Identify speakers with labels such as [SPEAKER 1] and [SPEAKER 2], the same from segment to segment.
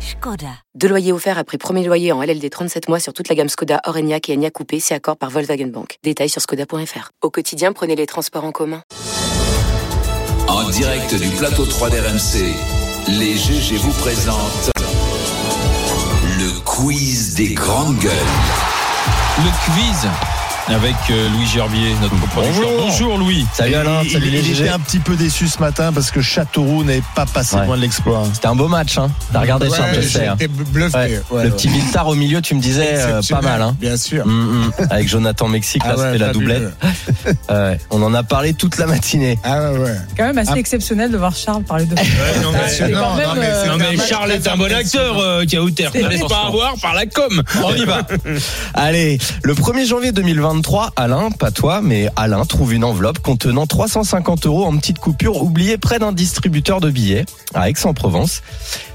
[SPEAKER 1] Skoda. Deux loyers offerts après premier loyer en LLD 37 mois sur toute la gamme Skoda, Orenia et Enya Coupé, c'est accord par Volkswagen Bank. Détails sur skoda.fr. Au quotidien, prenez les transports en commun.
[SPEAKER 2] En direct du plateau 3 d'RMC, les GG vous présentent le quiz des grandes gueules.
[SPEAKER 3] Le quiz avec euh, Louis Gerbier, notre producteur.
[SPEAKER 4] Bonjour.
[SPEAKER 3] Bonjour Louis.
[SPEAKER 4] Salut Alain,
[SPEAKER 5] il,
[SPEAKER 4] salut
[SPEAKER 5] il-
[SPEAKER 4] les
[SPEAKER 5] il
[SPEAKER 4] GG.
[SPEAKER 5] était un petit peu déçu ce matin parce que Châteauroux n'avait pas passé
[SPEAKER 4] Ouais.
[SPEAKER 5] loin de l'exploit.
[SPEAKER 4] C'était un beau match, hein. T'as regardé ça, je
[SPEAKER 6] Ouais,
[SPEAKER 4] sais, hein.
[SPEAKER 6] J'étais bluffé.
[SPEAKER 4] Ouais.
[SPEAKER 6] Ouais,
[SPEAKER 4] le
[SPEAKER 6] ouais.
[SPEAKER 4] petit Biltar au milieu, tu me disais euh, pas
[SPEAKER 6] Exceptionnel,
[SPEAKER 4] mal, hein.
[SPEAKER 6] Bien sûr.
[SPEAKER 4] Hum, hum. Avec Jonathan Mexique, là,
[SPEAKER 6] Ah ouais,
[SPEAKER 4] c'était la
[SPEAKER 6] fabuleux.
[SPEAKER 4] doublette. Ouais. On en a parlé toute la matinée.
[SPEAKER 6] Ah ouais, ouais.
[SPEAKER 7] quand même assez exceptionnel de voir Charles parler
[SPEAKER 3] Eh,
[SPEAKER 7] de
[SPEAKER 6] non, mais,
[SPEAKER 7] c'est quand même, euh,
[SPEAKER 3] Non mais Charles est un bon acteur, euh, Kauter.
[SPEAKER 7] C'est
[SPEAKER 3] Ne laisse pas avoir par la com.
[SPEAKER 4] On y va. Allez, le 1er janvier 2023, Alain, pas toi, mais Alain trouve une enveloppe contenant 350 euros en petite coupure oubliée près d'un distributeur de billets à Aix-en-Provence.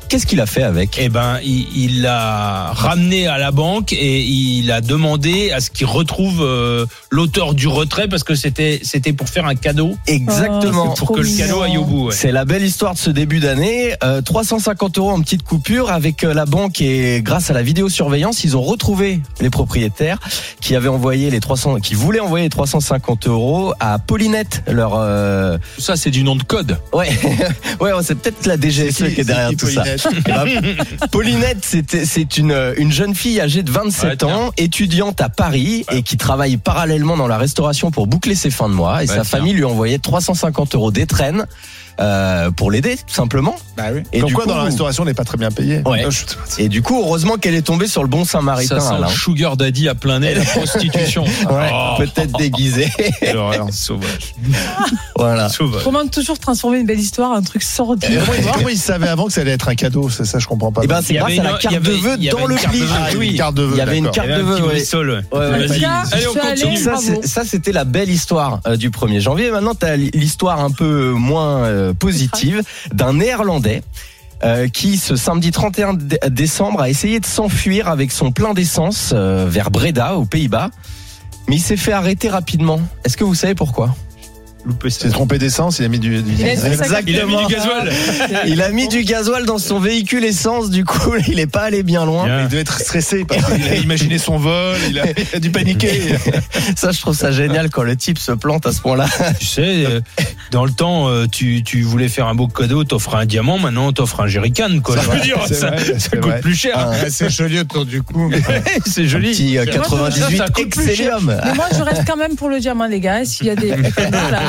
[SPEAKER 4] Qu'est-ce qu'il a fait avec
[SPEAKER 3] Eh ben, il il l'a ramené à la banque et il a demandé à ce qu'il retrouve euh, l'auteur du retrait parce que c'était c'était pour faire un cadeau
[SPEAKER 4] Exactement.
[SPEAKER 7] c'est
[SPEAKER 3] pour que le
[SPEAKER 7] mignon.
[SPEAKER 3] cadeau aille au bout. ouais.
[SPEAKER 4] C'est la belle histoire de ce début d'année. Euh, 350 euros en petite coupure avec euh, la banque et grâce à la vidéosurveillance, ils ont retrouvé les propriétaires qui avaient envoyé les 300, qui voulaient envoyer les 350 euros à Paulinette, leur euh,
[SPEAKER 3] Tout Ça c'est du nom de code.
[SPEAKER 4] ouais ouais ouais, c'est peut-être la DGSE qui, est derrière tout ça. Eh ben, Paulinette, c'était- c'est une, euh, une jeune fille âgée de 27
[SPEAKER 3] Ouais,
[SPEAKER 4] ans, étudiante à Paris et qui travaille parallèlement dans la restauration pour boucler ses fins de mois.
[SPEAKER 3] Ouais,
[SPEAKER 4] Et sa
[SPEAKER 3] tiens.
[SPEAKER 4] famille lui envoyait 350 euros d'étrennes euh, pour l'aider, tout simplement.
[SPEAKER 6] Bah oui.
[SPEAKER 4] Et
[SPEAKER 5] Comme
[SPEAKER 4] du
[SPEAKER 5] quoi,
[SPEAKER 4] coup,
[SPEAKER 5] dans la restauration, on n'est pas très bien payé.
[SPEAKER 4] Ouais.
[SPEAKER 5] Non, je-
[SPEAKER 4] Et du coup, heureusement qu'elle est tombée sur le bon Saint-Maritain.
[SPEAKER 3] Ça sent
[SPEAKER 4] Alain.
[SPEAKER 3] le sugar daddy à plein nez, la prostitution.
[SPEAKER 4] Ouais,
[SPEAKER 3] Oh,
[SPEAKER 4] peut-être déguisée.
[SPEAKER 3] quelle horreur, sauvage,
[SPEAKER 4] voilà.
[SPEAKER 3] sauvage.
[SPEAKER 7] Comment toujours transformer une belle histoire, un truc
[SPEAKER 5] Et
[SPEAKER 7] sordier.
[SPEAKER 5] Comment il- comment il savait avant que ça allait être un cadeau C'est ça, je comprends pas.
[SPEAKER 4] Et ben, c'est
[SPEAKER 3] Il y
[SPEAKER 4] grâce
[SPEAKER 3] avait
[SPEAKER 4] à la
[SPEAKER 3] une- il
[SPEAKER 4] carte
[SPEAKER 3] y avait-
[SPEAKER 4] de vœux
[SPEAKER 3] il y avait
[SPEAKER 4] dans
[SPEAKER 3] une
[SPEAKER 4] le
[SPEAKER 3] carte de
[SPEAKER 4] pli.
[SPEAKER 3] vœux,
[SPEAKER 5] Ah, il y avait une carte de vœu,
[SPEAKER 4] Il y avait une
[SPEAKER 5] d'accord.
[SPEAKER 4] carte
[SPEAKER 3] Il y avait
[SPEAKER 4] de
[SPEAKER 3] un petit
[SPEAKER 4] vœux. ouais.
[SPEAKER 3] brissole, ouais.
[SPEAKER 4] Ouais, ouais.
[SPEAKER 7] Les
[SPEAKER 3] Eh, Vas-y.
[SPEAKER 7] gars,
[SPEAKER 3] Allez, on
[SPEAKER 7] je suis allée.
[SPEAKER 3] continue.
[SPEAKER 4] Ça,
[SPEAKER 7] Bravo.
[SPEAKER 4] c'est- ça, c'était la belle histoire euh, du 1er janvier. Maintenant, tu as l'histoire un peu moins euh, positive d'un Néerlandais euh, qui, ce samedi 31 dé- décembre, a essayé de s'enfuir avec son plein d'essence euh, vers Breda, aux Pays-Bas. Mais il s'est fait arrêter rapidement. Est-ce que vous savez pourquoi
[SPEAKER 3] Loupé
[SPEAKER 5] Il s'est
[SPEAKER 3] ça.
[SPEAKER 5] trompé d'essence, il a mis du. du-
[SPEAKER 3] Eh,
[SPEAKER 7] Il a- c'est ça qu'il
[SPEAKER 3] Il a mis du gasoil.
[SPEAKER 4] Il a mis du gasoil dans son véhicule essence, du coup, il n'est pas allé bien loin.
[SPEAKER 3] Bien.
[SPEAKER 5] Il devait être stressé parce qu'il a imaginé son vol, il a, il a dû paniquer.
[SPEAKER 4] Ça, je trouve ça génial quand le type se plante à ce point-là.
[SPEAKER 3] Tu sais, euh, dans le temps, euh, tu, tu voulais faire un beau cadeau, t'offres un diamant, maintenant t'offres un jerrycan, quoi. Je veux dire,
[SPEAKER 5] c'est
[SPEAKER 3] ça,
[SPEAKER 5] vrai,
[SPEAKER 3] ça
[SPEAKER 5] c'est
[SPEAKER 3] coûte
[SPEAKER 5] vrai.
[SPEAKER 3] plus cher.
[SPEAKER 4] Un-
[SPEAKER 6] Ah, C'est joli autour du cou. mais-
[SPEAKER 3] c'est
[SPEAKER 4] un
[SPEAKER 3] joli.
[SPEAKER 4] petit euh,
[SPEAKER 3] Ça, ça
[SPEAKER 4] 98
[SPEAKER 3] coûte plus cher.
[SPEAKER 4] Excellium.
[SPEAKER 7] Mais moi, je reste quand même pour le diamant, les gars. S'il y a des. Voilà, c'est- hein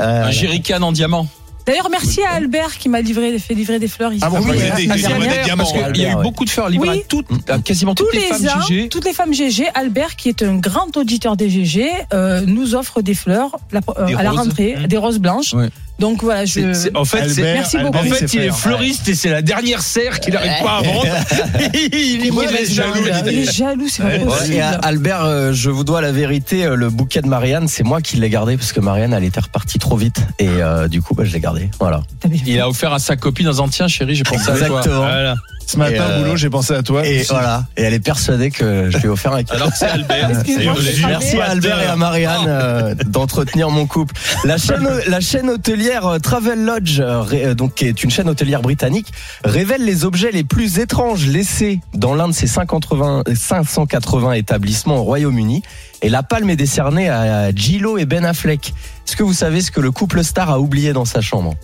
[SPEAKER 4] Euh,
[SPEAKER 3] Un jerrycan en diamant.
[SPEAKER 7] D'ailleurs, merci à Albert qui m'a livré, fait livrer des fleurs ici.
[SPEAKER 5] Ah bon,
[SPEAKER 7] la
[SPEAKER 5] vous
[SPEAKER 7] semaine
[SPEAKER 5] avez des-
[SPEAKER 7] dernière.
[SPEAKER 5] vous avez des diamants.
[SPEAKER 3] Parce qu'il y a eu
[SPEAKER 4] Ouais.
[SPEAKER 3] beaucoup de fleurs libres
[SPEAKER 7] Oui.
[SPEAKER 3] à toutes, à quasiment
[SPEAKER 7] Tous
[SPEAKER 3] toutes Mm. les euh, femmes
[SPEAKER 7] les ans,
[SPEAKER 3] jugées.
[SPEAKER 7] toutes les femmes GG, Albert, qui est un grand auditeur des GG, euh, nous offre des fleurs la- euh,
[SPEAKER 3] Des
[SPEAKER 7] à la
[SPEAKER 3] roses.
[SPEAKER 7] rentrée,
[SPEAKER 3] Mmh.
[SPEAKER 7] des roses blanches.
[SPEAKER 3] Ouais.
[SPEAKER 7] Donc voilà, je.
[SPEAKER 3] C'est- c'est- en fait, c'est-
[SPEAKER 7] Merci beaucoup.
[SPEAKER 3] en
[SPEAKER 7] Albert,
[SPEAKER 3] fait, il est fleuriste et c'est la dernière serre qu'il n'arrive pas à vendre. il est
[SPEAKER 5] Ouais,
[SPEAKER 3] mauvais
[SPEAKER 5] mais
[SPEAKER 3] jaloux.
[SPEAKER 5] jaloux,
[SPEAKER 7] Il est jaloux, c'est pas
[SPEAKER 4] Ouais,
[SPEAKER 7] possible.
[SPEAKER 4] et à- Albert, euh, je vous dois la vérité, euh, le bouquet de Marianne, c'est moi qui l'ai gardé parce que Marianne, elle était repartie trop vite. Et euh, du coup, bah, je l'ai gardé. Voilà.
[SPEAKER 7] Putain, mais-
[SPEAKER 3] Il a offert à sa copine un tiens chérie, j'ai pensé à toi.
[SPEAKER 4] Exactement.
[SPEAKER 3] Voilà.
[SPEAKER 5] Ce matin,
[SPEAKER 4] Et euh,
[SPEAKER 5] au boulot, j'ai pensé à toi.
[SPEAKER 4] Et
[SPEAKER 5] Et
[SPEAKER 4] voilà. Et elle est persuadée que je lui ai offert un cadeau.
[SPEAKER 3] Alors que c'est Albert.
[SPEAKER 7] Excusez-moi,
[SPEAKER 3] C'est-
[SPEAKER 7] je suis
[SPEAKER 4] Merci à Albert et à Marianne euh, d'entretenir mon couple. La chaîne, la chaîne hôtelière euh, Travel Lodge, euh, ré- euh, donc qui est une chaîne hôtelière britannique, révèle les objets les plus étranges laissés dans l'un de ses 580, 580 établissements au Royaume-Uni. Et la palme est décernée à Gillo et Ben Affleck. Est-ce que vous savez ce que le couple star a oublié dans sa chambre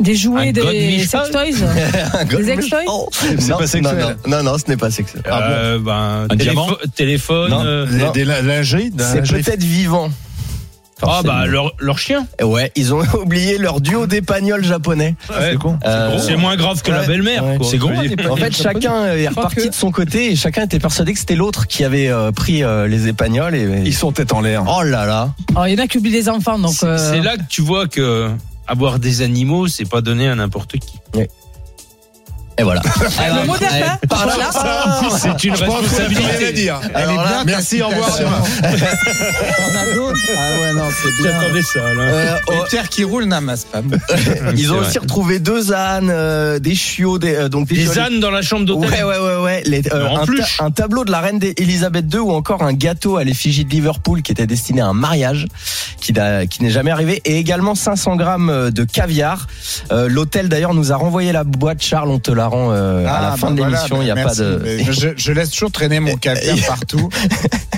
[SPEAKER 7] Des
[SPEAKER 3] Un
[SPEAKER 7] jouets,
[SPEAKER 3] God
[SPEAKER 7] des
[SPEAKER 3] Michel.
[SPEAKER 7] sex toys. Des ex-toys
[SPEAKER 4] Oh,
[SPEAKER 5] C'est
[SPEAKER 4] non,
[SPEAKER 5] pas sexuel.
[SPEAKER 4] Non, non, non, non, ce n'est pas sexuel. Ah
[SPEAKER 3] Euh, ben, téléphone-
[SPEAKER 4] diamant
[SPEAKER 3] Téléphone.
[SPEAKER 4] Non.
[SPEAKER 3] euh,
[SPEAKER 5] des,
[SPEAKER 4] Non.
[SPEAKER 5] des la- lingeries d'un
[SPEAKER 4] C'est
[SPEAKER 5] lingerie-
[SPEAKER 4] peut-être vivant.
[SPEAKER 3] Ah bah leur, leur chien.
[SPEAKER 4] Ouais, ils ont oublié leur duo d'épagnols japonais.
[SPEAKER 3] Ouais.
[SPEAKER 5] C'est con.
[SPEAKER 4] Euh,
[SPEAKER 3] C'est moins grave que la
[SPEAKER 4] ouais,
[SPEAKER 3] belle-mère.
[SPEAKER 4] ouais.
[SPEAKER 3] quoi.
[SPEAKER 4] C'est
[SPEAKER 3] Je veux dire.
[SPEAKER 4] En fait, chacun est reparti de son côté et chacun était persuadé que c'était l'autre qui avait euh, pris euh, les épagnols. Et,
[SPEAKER 5] Ils sont tête en l'air.
[SPEAKER 4] Oh là là
[SPEAKER 7] Alors, il y en a qui oublient les enfants, donc.
[SPEAKER 3] C'est-
[SPEAKER 7] euh,
[SPEAKER 3] C'est là que tu vois que avoir des animaux, c'est pas donné à n'importe qui.
[SPEAKER 4] Et voilà.
[SPEAKER 7] Le hein. mot de la fin, voilà.
[SPEAKER 5] Ah,
[SPEAKER 3] C'est une responsabilité.
[SPEAKER 5] dire.
[SPEAKER 6] Elle est bien,
[SPEAKER 5] merci, au revoir.
[SPEAKER 6] Cassio. T'en as d'autres Ah ouais, non, c'est bien.
[SPEAKER 3] J'attendais ça, là.
[SPEAKER 4] Euh,
[SPEAKER 6] Les
[SPEAKER 4] oh,
[SPEAKER 6] pierres qui roulent n'amassent pas.
[SPEAKER 4] ils ont
[SPEAKER 3] C'est
[SPEAKER 4] aussi retrouvé deux ânes, euh, des chiots, des, euh, donc des,
[SPEAKER 3] Des
[SPEAKER 4] chiots-
[SPEAKER 3] ânes dans la chambre d'hôtel.
[SPEAKER 4] Ouais, ouais, ouais, ouais. Les- euh,
[SPEAKER 3] Mais en
[SPEAKER 4] un, ta-
[SPEAKER 3] plus.
[SPEAKER 4] un tableau de la reine Elisabeth II ou encore un gâteau à l'effigie de Liverpool qui était destiné à un mariage qui, n'a- qui n'est jamais arrivé et également 500 grammes euh, de caviar. Euh, L'hôtel d'ailleurs nous a renvoyé la boîte, Charles, on te la rend euh, à la
[SPEAKER 6] Ah,
[SPEAKER 4] fin
[SPEAKER 6] bah
[SPEAKER 4] de
[SPEAKER 6] voilà,
[SPEAKER 4] l'émission, il n'y a
[SPEAKER 6] merci.
[SPEAKER 4] pas de.
[SPEAKER 6] Mais Je, je laisse toujours traîner mon caviar partout,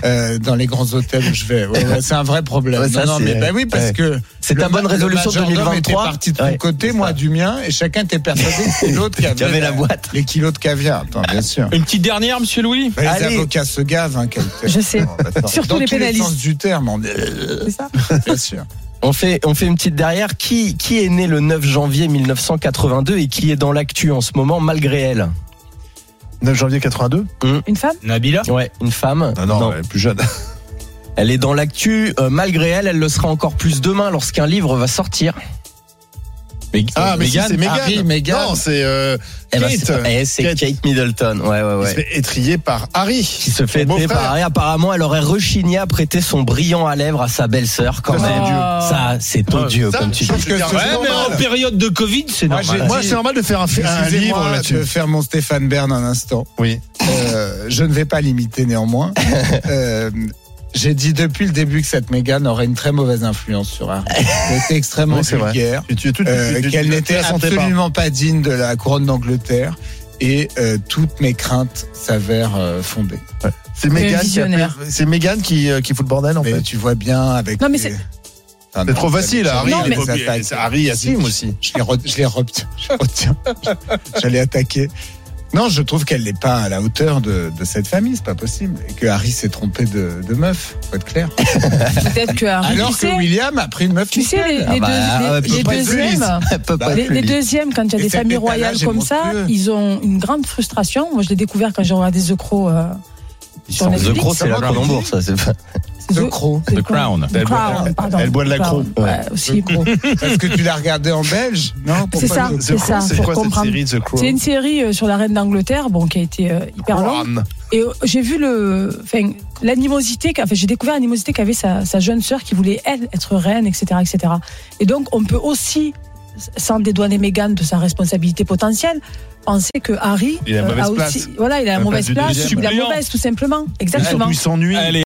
[SPEAKER 6] euh, dans les grands hôtels où je vais. Ouais, ouais, c'est un vrai problème.
[SPEAKER 4] Ouais, ça,
[SPEAKER 6] non, non,
[SPEAKER 4] c'est-
[SPEAKER 6] mais bah oui, parce
[SPEAKER 4] ouais.
[SPEAKER 6] que.
[SPEAKER 4] C'est
[SPEAKER 6] le
[SPEAKER 4] ta bonne
[SPEAKER 6] ma-
[SPEAKER 4] résolution
[SPEAKER 6] le majordome
[SPEAKER 4] 2023.
[SPEAKER 6] était parti de ton
[SPEAKER 4] Ouais,
[SPEAKER 6] côté,
[SPEAKER 4] c'est
[SPEAKER 6] moi
[SPEAKER 4] ça.
[SPEAKER 6] du mien, et chacun était persuadé que c'est l'autre qui avait,
[SPEAKER 4] Qui avait la boîte.
[SPEAKER 6] Les kilos de caviar, attends, bien sûr.
[SPEAKER 3] Une petite dernière, monsieur Louis
[SPEAKER 6] Bah, les
[SPEAKER 4] Allez.
[SPEAKER 6] avocats se gavent, hein, quel
[SPEAKER 7] Je sais. Surtout
[SPEAKER 6] Dans
[SPEAKER 7] les
[SPEAKER 6] tous
[SPEAKER 7] pénalistes.
[SPEAKER 6] sens du terme, on-
[SPEAKER 7] C'est ça
[SPEAKER 6] bien sûr.
[SPEAKER 4] On fait, on fait une petite derrière. Qui, qui est né le 9 janvier 1982 et qui est dans l'actu en ce moment malgré elle
[SPEAKER 8] 9 janvier 82
[SPEAKER 7] Une femme
[SPEAKER 3] Nabila
[SPEAKER 4] Ouais, une femme.
[SPEAKER 5] Ah
[SPEAKER 8] Non, non, elle est plus jeune.
[SPEAKER 4] Elle est dans l'actu euh, malgré elle, elle le sera encore plus demain lorsqu'un livre va sortir.
[SPEAKER 8] Ah, mais si, c'est Mégane.
[SPEAKER 6] Harry, Mégane.
[SPEAKER 8] Non, c'est euh,
[SPEAKER 4] Eh ben,
[SPEAKER 8] Kate.
[SPEAKER 4] c'est pas- eh, c'est Kate.
[SPEAKER 8] Kate.
[SPEAKER 4] Middleton, ouais,
[SPEAKER 8] qui se
[SPEAKER 4] ouais, ouais.
[SPEAKER 8] fait étrier par Harry.
[SPEAKER 4] Qui se fait
[SPEAKER 8] Son
[SPEAKER 4] aider
[SPEAKER 8] beau-frère.
[SPEAKER 4] par Harry. Apparemment, elle aurait rechigné à prêter son brillant à lèvres à sa belle-sœur
[SPEAKER 8] Ça,
[SPEAKER 4] quand
[SPEAKER 8] c'est
[SPEAKER 4] même.
[SPEAKER 8] odieux.
[SPEAKER 7] Oh.
[SPEAKER 4] Ça, c'est odieux,
[SPEAKER 8] Ça,
[SPEAKER 4] comme
[SPEAKER 8] je
[SPEAKER 4] tu dis.
[SPEAKER 8] trouve que c'est
[SPEAKER 3] Ouais, mais en
[SPEAKER 8] normal.
[SPEAKER 3] période de Covid, c'est
[SPEAKER 6] Moi, j'ai-
[SPEAKER 3] normal.
[SPEAKER 8] Moi, c'est normal de faire un, fi- un livre
[SPEAKER 6] Excusez-moi
[SPEAKER 8] là-dessus.
[SPEAKER 6] de Ah, faire mon Stéphane Bern un instant.
[SPEAKER 8] Oui.
[SPEAKER 6] Euh, je ne vais pas l'imiter néanmoins. Euh, J'ai dit depuis le début que cette Mégane aurait une très mauvaise influence sur Harry. Elle était extrêmement
[SPEAKER 8] Oui, c'est vrai.
[SPEAKER 6] vulgaire,
[SPEAKER 8] Et tu es tout de
[SPEAKER 6] euh,
[SPEAKER 8] suite- tu-
[SPEAKER 6] qu'elle
[SPEAKER 8] tu- tu-
[SPEAKER 6] n'était
[SPEAKER 8] tu- tu- tu-
[SPEAKER 6] absolument pas. digne de la couronne d'Angleterre. Et euh, toutes mes craintes s'avèrent euh, fondées.
[SPEAKER 8] C'est Mégane qui,
[SPEAKER 7] visionnaire.
[SPEAKER 8] appelle- c'est Mégane qui, euh, qui fout le bordel en
[SPEAKER 6] Mais
[SPEAKER 8] fait.
[SPEAKER 6] tu vois bien avec.
[SPEAKER 7] Non, mais
[SPEAKER 6] les-
[SPEAKER 7] c'est-
[SPEAKER 6] Ah,
[SPEAKER 8] C'est
[SPEAKER 6] non,
[SPEAKER 8] trop
[SPEAKER 6] ça-
[SPEAKER 8] facile,
[SPEAKER 6] ça-
[SPEAKER 8] Harry.
[SPEAKER 7] Non,
[SPEAKER 8] il
[SPEAKER 7] mais-
[SPEAKER 8] est pas obligé. C'est Harry assume aussi.
[SPEAKER 6] Je les, re- je les retiens. Je les retiens. J'allais attaquer. Non, je trouve qu'elle n'est pas à la hauteur de, de cette famille, c'est pas possible. Et que Harry s'est trompé de, de meuf, faut être clair.
[SPEAKER 7] Peut-être que Harry,
[SPEAKER 6] Alors
[SPEAKER 7] Ah, tu
[SPEAKER 6] que
[SPEAKER 7] sais,
[SPEAKER 6] William a pris une meuf.
[SPEAKER 7] tu sais, les, les
[SPEAKER 4] Ah bah, elle
[SPEAKER 7] deux, les-
[SPEAKER 4] peut
[SPEAKER 7] les
[SPEAKER 4] pas être
[SPEAKER 7] deuxièmes.
[SPEAKER 4] Elle peut pas
[SPEAKER 6] Bah,
[SPEAKER 4] être
[SPEAKER 7] Les, les
[SPEAKER 4] plus lisse.
[SPEAKER 7] deuxièmes, quand il y a
[SPEAKER 6] Et
[SPEAKER 7] des
[SPEAKER 6] cet
[SPEAKER 7] familles
[SPEAKER 6] étalage
[SPEAKER 7] royales
[SPEAKER 6] est
[SPEAKER 7] comme ça,
[SPEAKER 6] monstrueux.
[SPEAKER 7] ils ont une grande frustration. Moi, je l'ai découvert quand j'ai regardé The Crow. euh, sur
[SPEAKER 4] The
[SPEAKER 7] Netflix.
[SPEAKER 4] Crow, c'est la Cronenbourg, ça. c'est pas-
[SPEAKER 7] C'est
[SPEAKER 6] The Crow.
[SPEAKER 7] c'est
[SPEAKER 3] The Crown.
[SPEAKER 7] The Crown, pardon.
[SPEAKER 8] elle boit de la
[SPEAKER 7] The Crown.
[SPEAKER 8] Crow.
[SPEAKER 7] Ouais, aussi gros.
[SPEAKER 6] Est-ce que tu l'as regardée en belge Non.
[SPEAKER 7] C'est
[SPEAKER 6] pourquoi
[SPEAKER 7] ça,
[SPEAKER 6] je-
[SPEAKER 7] c'est ça,
[SPEAKER 8] C'est
[SPEAKER 7] faut
[SPEAKER 8] quoi cette
[SPEAKER 7] comprendre.
[SPEAKER 8] série The Crow
[SPEAKER 7] C'est une série euh, sur la reine d'Angleterre, bon, qui a été euh, hyper longue.
[SPEAKER 8] Crown.
[SPEAKER 7] Et euh, j'ai vu le, enfin, l'animosité, qu'a- enfin, j'ai découvert l'animosité qu'avait sa, sa jeune sœur qui voulait elle être reine, etc., etc. Et donc, on peut aussi, sans dédouaner Meghan de sa responsabilité potentielle, penser que Harry euh,
[SPEAKER 8] Il a la mauvaise
[SPEAKER 7] a
[SPEAKER 8] place.
[SPEAKER 7] aussi, voilà, il a la
[SPEAKER 8] La
[SPEAKER 7] mauvaise
[SPEAKER 8] place du
[SPEAKER 7] place,
[SPEAKER 8] deuxième.
[SPEAKER 7] il a la mauvaise tout simplement, exactement.
[SPEAKER 8] Surtout, il s'ennuie.
[SPEAKER 3] Allez.